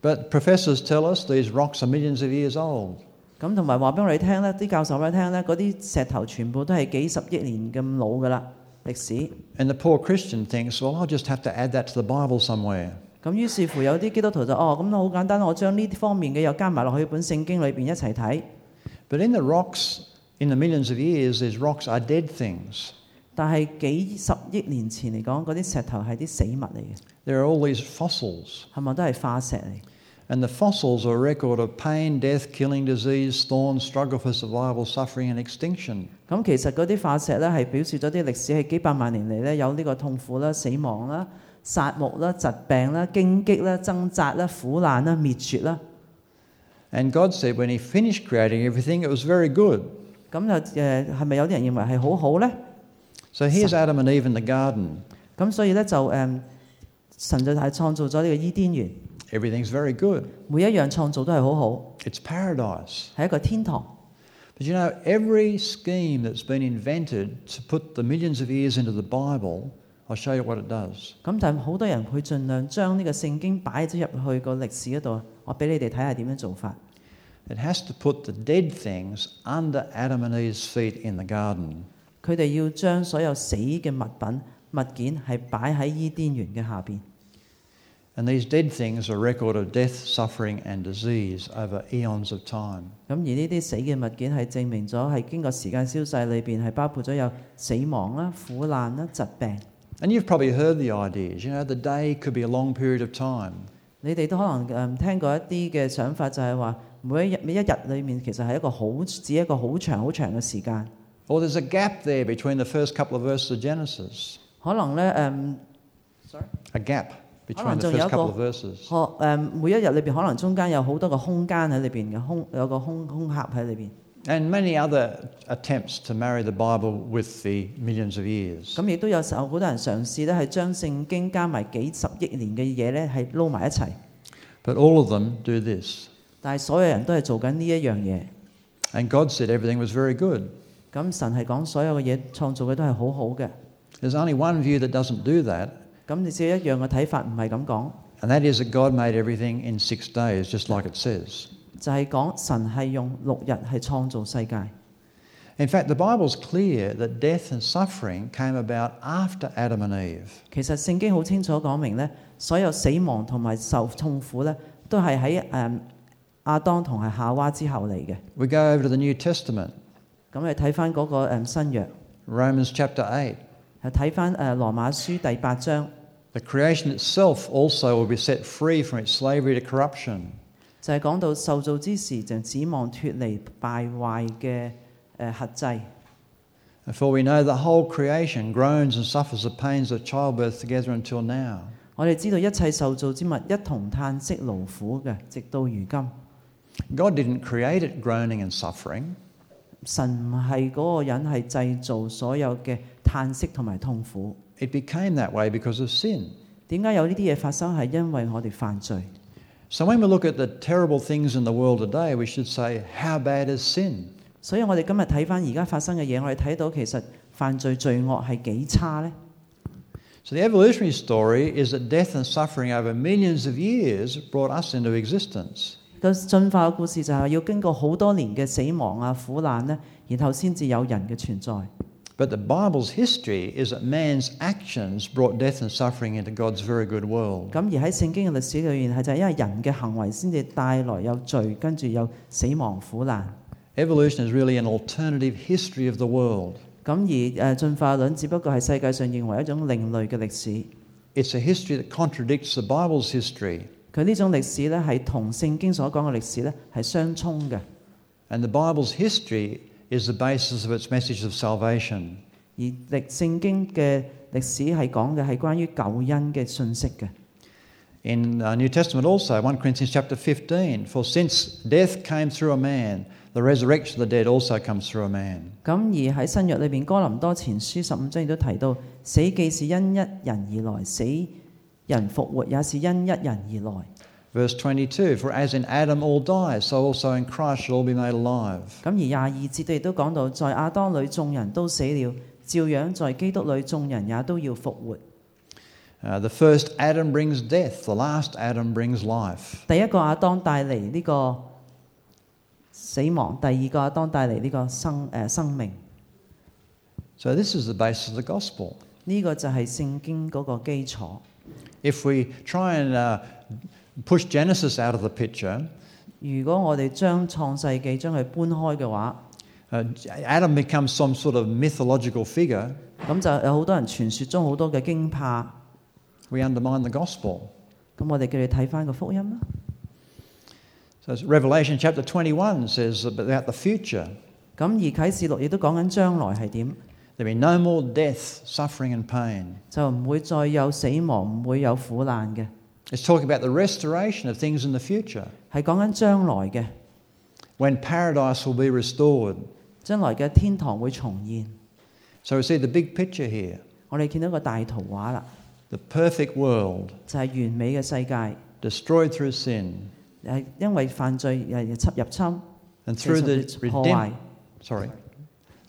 But professors tell us these rocks are millions of years old. 咁同埋話俾我哋聽咧，啲教授話俾我哋聽咧，嗰啲石頭全部都係幾十億年咁老噶啦歷史。 And the poor Christian thinks, well, I'll just have to add that to the Bible somewhere. 咁於是乎有啲基督徒就哦，咁好簡單，我將呢方面嘅又加埋落去本聖經裏邊一齊睇。 But in the rocks, in the millions of years, these rocks are dead things. 但係幾十億年前嚟講，嗰啲石頭係啲死物嚟嘅， There are all these fossils. 係咪都係化石嚟？ And the fossils are a record of pain, death, killing, disease, thorn, struggle for survival, suffering, and extinction. 咁其實嗰啲化石咧係表示咗啲歷史係幾百萬年嚟咧有呢個痛苦啦、死亡啦、殺戮啦、疾病啦、荊棘啦、掙扎啦、苦難啦、滅絕啦。 And God said when He finished creating everything, it was very good. 咁就誒係咪有啲人認為係好好咧？ So here's Adam and Eve in the garden. 咁所以咧就誒、嗯神就係創造咗呢個伊甸園， Everything's very good. 每一樣創造都係好好， It's paradise. 係一個天堂。 But you know, every scheme that's been invented to put the millions of years into the Bible, I'll show you what it does. 咁但係好多人佢盡量將呢個聖經擺咗入去個歷史嗰度，我俾你哋睇下點樣做法。 It has to put the dead things under Adam and Eve's feet in the garden. 佢哋要將所有死嘅物品物件係擺喺伊甸園嘅下邊。 And these dead things are a record of death, suffering, and disease over eons of time. 咁而呢啲死嘅物件係證明咗係經過時間消逝裏邊係包括咗有死亡啦、苦難啦、疾病。 And you've probably heard the ideas. You know, the day could be a long period of time. 你哋都可能誒、嗯、聽過一啲嘅想法，就係話每一日每一日裏面其實係一個好只一個好長好長嘅時間。 Or there's a gap there between the first couple of verses of Genesis. 可能咧誒、嗯 sorry， A gap between the Hold on, first Jacob. couple of verses. 可誒、嗯每一日裏邊可能中間有好多個空間喺裏邊嘅空有個空空盒喺裏邊。 And many other attempts to marry the Bible with the millions of years. 咁亦都有時候好多人嘗試咧係將聖經加埋幾十億年嘅嘢咧係撈埋一齊， But all of them do this. 但係所有人都係做緊呢一樣嘢。 And God said everything was very good. 咁神係講所有嘅嘢創造嘅都係好好嘅。 There's only one view that doesn't do that, 咁你只有一樣嘅睇法唔係咁講， and that is that God made everything in six days, just like it says. 就係、講神係用六日係創造世界。 In fact, the Bible's clear that death and suffering came about after Adam and Eve. 其實聖經好清楚講明咧，所有死亡同埋受痛苦咧，都係喺誒亞當同係夏娃之後嚟嘅。 We go over to the New Testament, 咁你睇翻嗰個誒新約， Romans chapter 8. 係睇呃翻誒羅馬書第八章， The creation itself also will be set free from its slavery to corruption. 就係、講到受造之時就指望脱離敗壞嘅誒核制。 For we know the whole creation groans and suffers the pains of childbirth together until now. 我哋知道一切受造之物一同嘆息勞苦嘅，直到如今。 God didn't create it groaning and suffering. 神唔係嗰個人係製造所有嘅嘆息同埋痛苦。 It became that way because of sin. 點解有呢啲嘢發生？係因為我哋犯罪。 So when we look at the terrible things in the world today, we should say, How bad is sin? 所以我哋今日睇翻而家發生嘅嘢，我哋睇到其實犯罪罪惡係幾差呢？ So the evolutionary story is that death and suffering over millions of years brought us into existence. 個進化嘅故事就係要經過好多年嘅死亡啊、苦難呢，然後先至有人嘅存在。 But the Bible's history is that man's actions brought death and suffering into God's very good world. 咁而喺聖經嘅歷史裏面，係就係因為人嘅行為先至帶來有罪，跟住有死亡苦難。 Evolution is really an alternative history of the world. 咁而誒呃進化論只不過係世界上認為一種另類嘅歷史， It's a history that contradicts the Bible's history. 佢呢種歷史呢，係同聖經所講嘅歷史呢係相衝嘅， And the Bible's history is the basis of its message of salvation. 而歷聖經嘅歷史係講嘅係關於救恩嘅信息嘅。 In uh, New Testament also, 1 Corinthians chapter 15, for since death came through a man, the resurrection of the dead also comes through a man. 咁而喺新約裏邊，哥林多前書十五章亦都提到，死既是因一人而來，死人復活也是因一人而來。 Verse 22, for as in Adam all die, so also in Christ shall all be made alive. 咁而廿二節亦都講到，在亞當裏眾人都死了，照樣在基督裏眾人也都要復活。 Uh, the first Adam brings death, the last Adam brings life. 第一個亞當帶嚟呢個死亡，第二個亞當帶嚟呢個生誒、呃生命。 So this is the basis of the gospel. 呢、個就係聖經嗰個基礎。 If we try and uh, push Genesis out of the picture, 如果我哋將創世記將佢搬開嘅話， uh, Adam becomes some sort of mythological figure, 咁就有好多人傳説中好多嘅驚怕。 we undermine the gospel. 咁我哋叫你睇翻個福音啦。 So it's Revelation chapter 21 says about the future. 咁而啟示錄亦都講緊將來係點， There'll be no more death, suffering, and pain. 就唔會再有死亡，唔會有苦難嘅， It's talking about the restoration of things in the future, 係講緊將來嘅， when paradise will be restored. 將來嘅天堂會重現。 So we see the big picture here 我哋見到個大圖畫啦， the perfect world 就係、完美嘅世界， destroyed through sin 係因為犯罪誒侵入侵， and 其 through 實 the 會破壞 redemp-。sorry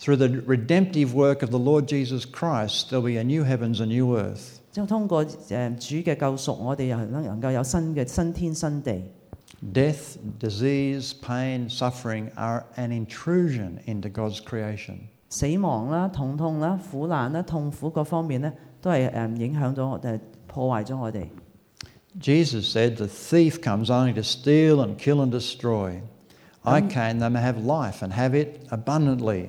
through the redemptive work of the Lord Jesus Christ there'll be a new heavens and new earth 就通過誒主嘅救贖，我哋又能能夠有新嘅新天新地。 death disease pain suffering are an intrusion into God's creation 死亡啦、痛痛啦、苦難啦、痛苦各方面咧，都係誒、影響咗我哋，破壞咗我哋。 Jesus said the thief comes only to steal and kill and destroy I came that they may have life and have it abundantly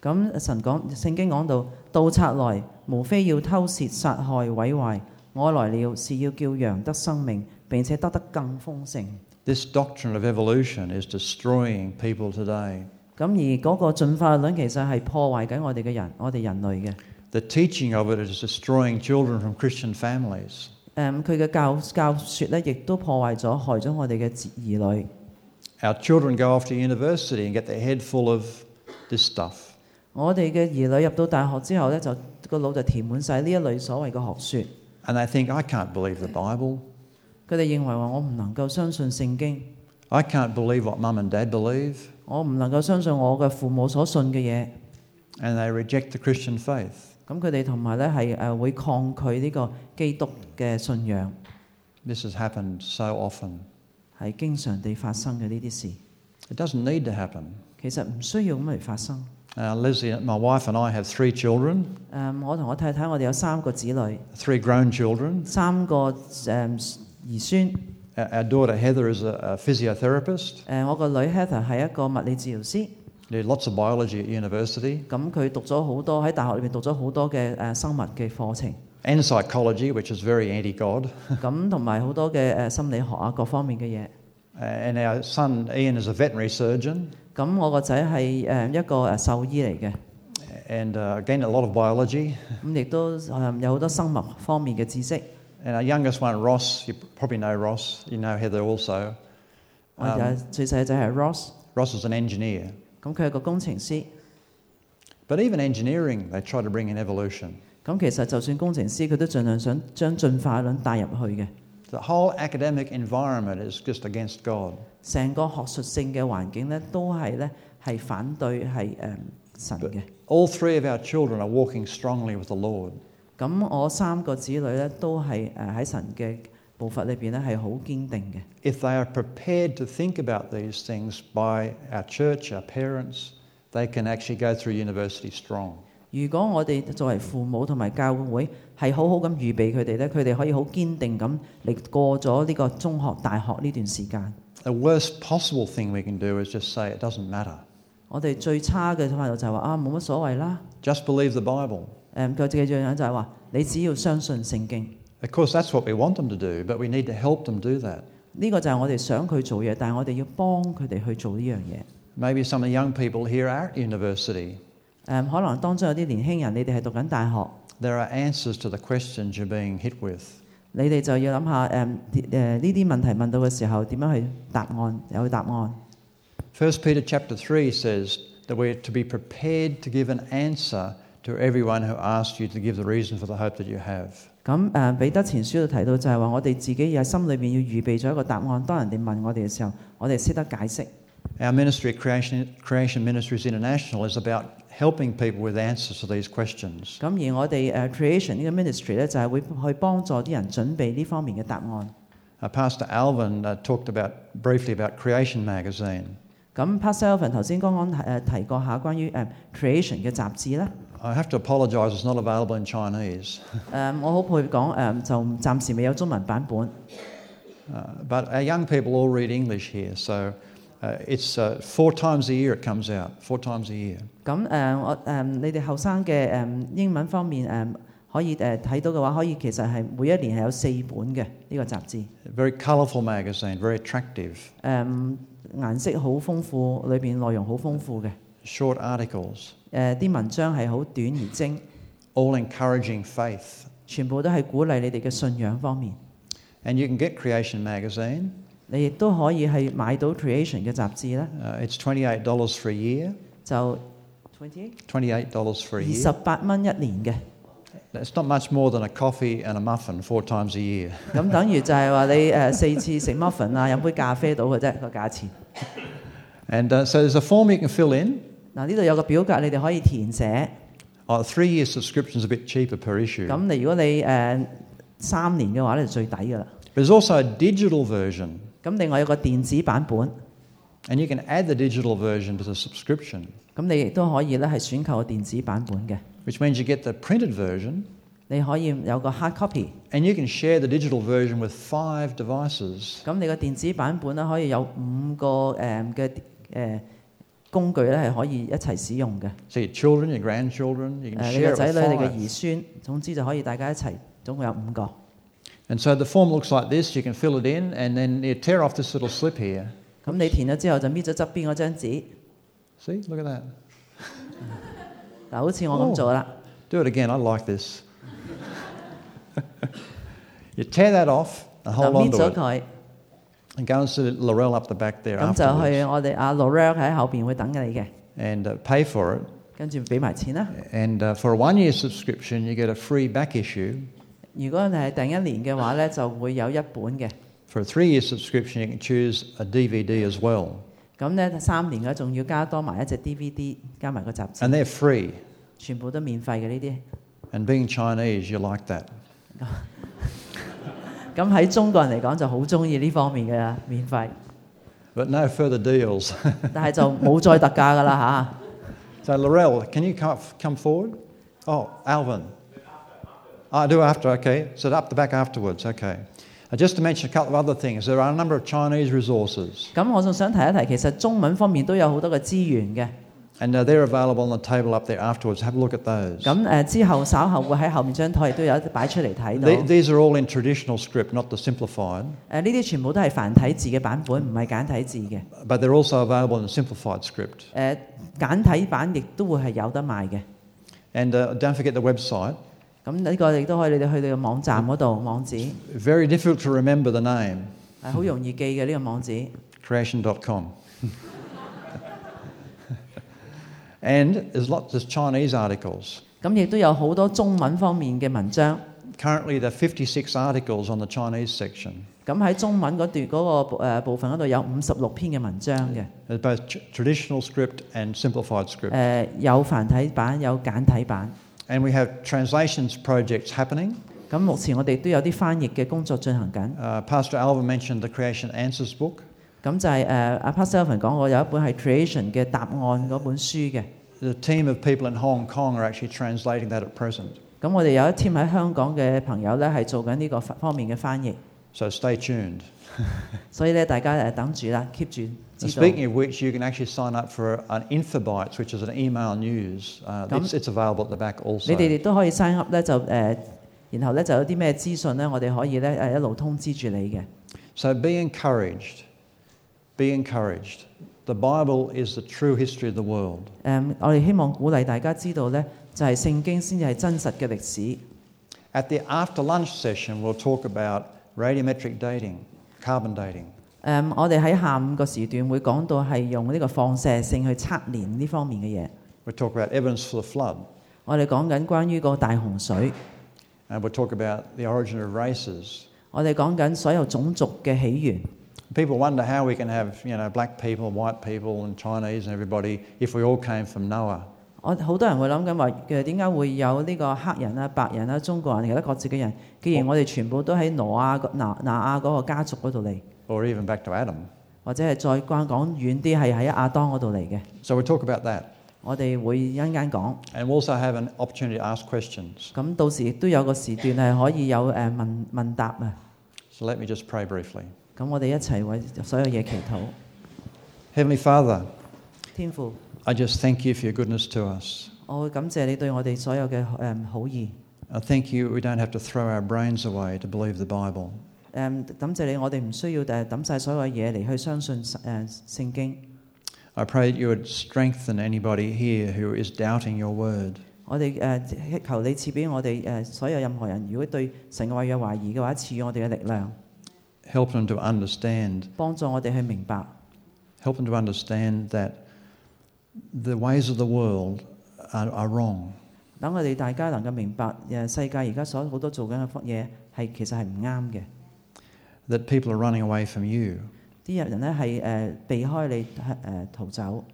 咁神講聖經講到盜賊來，無非要偷竊、殺害、毀壞。我來了，是要叫羊得生命，並且得得更豐盛。 this doctrine of evolution is destroying people today 咁而嗰個進化論其實係破壞緊我哋嘅人，我哋人類嘅。 The teaching of it is destroying children from Christian families. 誒呃佢嘅教教説咧，亦都破壞咗、害咗我哋嘅子兒女。 Our children go off to university and get their head full of this stuff. 我哋嘅兒女入到大學之後咧，就個腦就填滿晒呢一類所謂嘅學説。 And they think, I can't believe the Bible. 佢哋認為話我唔能夠相信聖經， I can't believe what mum and dad believe. 我唔能夠相信我嘅父母所信嘅嘢。 And they reject the Christian faith. 咁佢哋同埋咧係誒會抗拒呢個基督嘅信仰， This has happened so often. 係經常地發生嘅呢啲事。 It doesn't need to happen. 其實唔需要咁嚟發生。 Uh, Leslie, my wife, and I have three children, 誒、嗯我同我太太，我哋有三個子女， three grown children. 三個誒、兒孫。誒、 Our our daughter Heather is a, a physiotherapist, 呃我個女 Heather 係一個物理治療師， did lots of biology at university, 咁佢讀咗好多喺大學裏面讀咗好多嘅誒、生物嘅課程， and psychology, which is very anti God. 咁同埋好多嘅誒、心理學啊各方面嘅嘢。Uh, And our son Ian is a veterinary surgeon, 咁我個仔係誒一個誒獸醫嚟嘅， and uh, again, a lot of biology. 咁亦都誒有好多生物方面嘅知識。 And our youngest one, Ross, you probably know Ross, you know Heather also. 我有最細仔係 Ross， Ross is an engineer. 咁佢係個工程師。 But even engineering, they try to bring in evolution. 咁其實就算工程師，佢都盡量想將進化論帶入去嘅。 The whole academic environment is just against God. 成個學術性嘅環境咧，都係咧係反對係誒、嗯神嘅。 All three of our children are walking strongly with the Lord. 咁我三個子女咧都係誒喺神嘅步伐裏邊咧係好堅定嘅。 If they are prepared to think about these things by our church, our parents, they can actually go through university strong. 如果我哋作為父母同埋教會係好好咁預備佢哋咧，佢哋可以好堅定咁嚟過咗呢個中學、大學呢段時間。 The worst possible thing we can do is just say it doesn't matter. 我哋最差嘅態度就係話啊，冇乜所謂啦。 Just believe the Bible. 誒佢嘅樣就係話，你只要相信聖經， Of course, that's what we want them to do, but we need to help them do that. 呢、個就係我哋想佢做嘢，但係我哋要幫佢哋去做呢樣嘢。誒、 Maybe some of the young people here are at university. 可能當中有啲年輕人，你哋係讀緊大學， There are answers to the questions you're being hit with. 你哋就要諗下誒誒呢啲問題問到嘅時候點樣去答案，有答案。 First Peter chapter 3 says that we're to be prepared to give an answer to everyone who asks you to give the reason for the hope that you have. 咁誒、呃彼得前書就提到就係話，我哋自己喺心裏面要預備咗一個答案。當人哋問我哋嘅時候，我哋識得解釋。 Our ministry, Creation, Creation Ministries International, is about helping people with answers to these questions. 咁而我哋誒、呃 creation 呢個 ministry 咧，就係、會去幫助啲人準備呢方面嘅答案。 Uh, Pastor Alvin uh, talked about briefly about Creation magazine. 咁 p a s t e l v i n 頭先剛剛誒提過下關於誒 creation 嘅雜誌 咧， I have to apologise; it's not available in Chinese. 誒呃我好配講誒就暫時未有中文版本， Uh, but our young people all read English here, so uh, it's uh, four times a year it comes out. Four times a year. 咁誒我誒你哋後生嘅誒英文方面誒可以誒睇到嘅話，可以其實係每一年係有四本嘅呢個雜誌， A very colourful magazine, very attractive. 誒嗯顏色好豐富，裏邊內容好豐富嘅， Short articles, 誒啲文章係好短而精， all encouraging faith. 全部都係鼓勵你哋嘅信仰方面。 And you can get Creation magazine. 你亦都可以係買到 creation 嘅雜誌咧， Uh, it's twenty-eight dollars for a year. 就 Twenty-eight dollars for a 二 year. 十八蚊一年嘅。 It's not much more than a coffee and a muffin four times a year. 咁等於就係話你誒四次食 muffin 啊，飲杯咖啡到嘅啫個價錢。 And uh, so there's a form you can fill in. 嗱呢度有個表格，你哋可以填寫。 Oh, three-year subscription's a bit cheaper per issue. 咁你如果你誒、三年嘅話咧，就最抵㗎啦。 There's also a digital version, 咁另外有個電子版本， and you can add the digital version to the subscription, 咁你亦都可以咧係選購個電子版本嘅。 which means you get the printed version, 你可以有個 hard copy， and you can share the digital version with five devices. 咁你個電子版本咧可以有五個誒嘅誒工具咧係可以一齊使用嘅。 So your children, your grandchildren, you can 誒、你個 share it 仔女、 with 你嘅 five. 兒孫，總之就可以大家一齊，總共有五個。 And so the form looks like this. You can fill it in, and then you tear off this little slip here. 咁你填咗之後就搣咗側邊嗰張紙， See, look at that. 嗱好似我咁做啦。 Do it again. I like this. you tear that off and 就 hold 搣 on to 咗 it, 佢， and go and see Laurel up the back there 咁就去 afterwards, 我哋阿 l a u r e l 喺後邊會等你嘅， and uh, pay for it. 跟住俾埋錢啦。 And uh, for a one-year subscription, you get a free back issue. 如果你係訂一年嘅話呢，就會有一本嘅。 For a three-year subscription, you can choose a DVD as well, 咁呢，三年嘅仲要加多埋一隻 DVD，加埋個雜誌， and they're free. 全部都免費嘅呢啲。 And being Chinese, you like that. 咁喺中國人嚟講就好中意呢方面嘅免費， But no further deals. 但係就冇再特價㗎啦 so Laurel, can you come, come forward? Oh, Alvin. I do after, okay. So up the back afterwards, okay. Uh, just to mention a couple of other things, there are a number of Chinese resources, 吓。咁我仲想提一提，其實中文方面都有好多嘅資源嘅。 and uh, they're available on the table up there afterwards. Have a look at those. 咁誒、呃之後稍後會喺後面張台亦都有擺出嚟睇到。 The- 誒 these are all in traditional script, not the simplified, 呢啲全部都係繁體字嘅版本，唔係簡體字嘅。 but they're also available in the simplified script. 誒、簡體版亦都會係有得賣嘅。 And uh, don't forget the website. 咁呢個亦都可以你哋去到個網站嗰度網址，係 Very difficult to remember the name, 好容易記嘅呢、個網址。 creation.com. and there's lots of Chinese articles. 咁亦都有好多中文方面嘅文章。 Currently, there are 56 articles on the Chinese section. 咁喺中文嗰段嗰、個部、呃部分嗰度有五十六篇嘅文章嘅，誒、 There's both tr- traditional script and simplified script. 呃有繁體版有簡體版。 and we have translations projects happening. 咁目前我哋都有啲翻譯嘅工作進行緊。 Uh, Pastor Alva mentioned the Creation Answers book. 咁就係、誒阿 p a s t e l v i n 講過有一本係 Creation 嘅答案嗰本書嘅。 The team of people in Hong Kong are actually translating that at present. 咁我哋有一 team 喺香港嘅朋友咧係做緊呢個方面嘅翻譯。 So stay tuned. 所以咧，大家誒呃等住啦，keep 住 And 知道。 speaking of which, you can actually sign up for an Infobytes, which is an email news. Uh, Come. it's, it's available at the back 你 also. 哋亦都可以 sign up 咧，就誒、呃然後咧就有啲咩資訊咧，我哋可以咧誒一路通知住你嘅。 So be encouraged. Be encouraged. The Bible is the true history of the world. 誒、嗯我哋希望鼓勵大家知道咧，就係、聖經先至係真實嘅歷史。 At the after lunch session, we'll talk about radiometric dating, carbon dating. 誒、嗯我哋喺下午個時段會講到係用呢個放射性去測年呢方面嘅嘢。 We'll talk about evidence for the flood. 我哋講緊關於個大洪水， And we'll talk about the origin of races. 我哋講緊所有種族嘅起源。 People wonder how we can have, you know, black people, white people, and Chinese and everybody if we all came from Noah. 我好多人會諗緊話誒點解會有呢個黑人啊、白人啊、中國人其他各自嘅人？既然我哋全部都喺挪亞個拿拿亞嗰個家族嗰度嚟， or even back to Adam. 或者係再關講遠啲係喺亞當嗰度嚟嘅， So we'll talk about that. 我哋會一陣間講。 And we'll also have an opportunity to ask questions. 咁到時亦都有個時段係可以有誒、呃、問問答啊。 So let me just pray briefly. 咁我哋一齊為所有嘢祈禱。 Heavenly Father, 天父， I just thank you for your goodness to us. 我會感謝你對我哋所有嘅誒、呃好意。 I thank you we don't have to throw our brains away to believe the Bible. 誒、感謝你，我哋唔需要誒抌晒所有嘢嚟去相信誒、呃、聖經。 I pray that you would strengthen anybody here who is doubting your word. 我哋誒、呃求你賜俾我哋誒、呃所有任何人，如果對神嘅話有懷疑嘅話，賜予我哋嘅力量， Help them to understand. 幫助我哋去明白。 Help them to understand that the ways of the world are, are wrong. 等我哋大家能夠明白誒、呃世界而家所好多做緊嘅嘢係其實係唔啱嘅。 That people are running away from you. 啲人咧係誒避開你誒、呃逃走，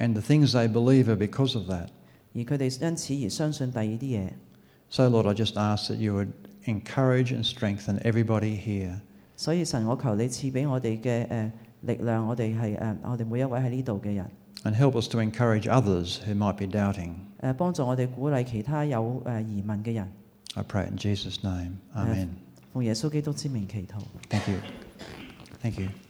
And the things they believe are because of that. 而佢哋因此而相信第二啲嘢。 So, Lord, I just ask that you would encourage and strengthen everybody here. 所以神，我求你賜俾我哋嘅誒力量，我哋係誒我哋每一位喺呢度嘅人，誒、 And help us to encourage others who might be doubting. 呃幫助我哋鼓勵其他有誒、呃疑問嘅人。I 呃 pray it in Jesus' name. Amen. 奉耶穌基督之名祈禱。 Thank you. Thank you.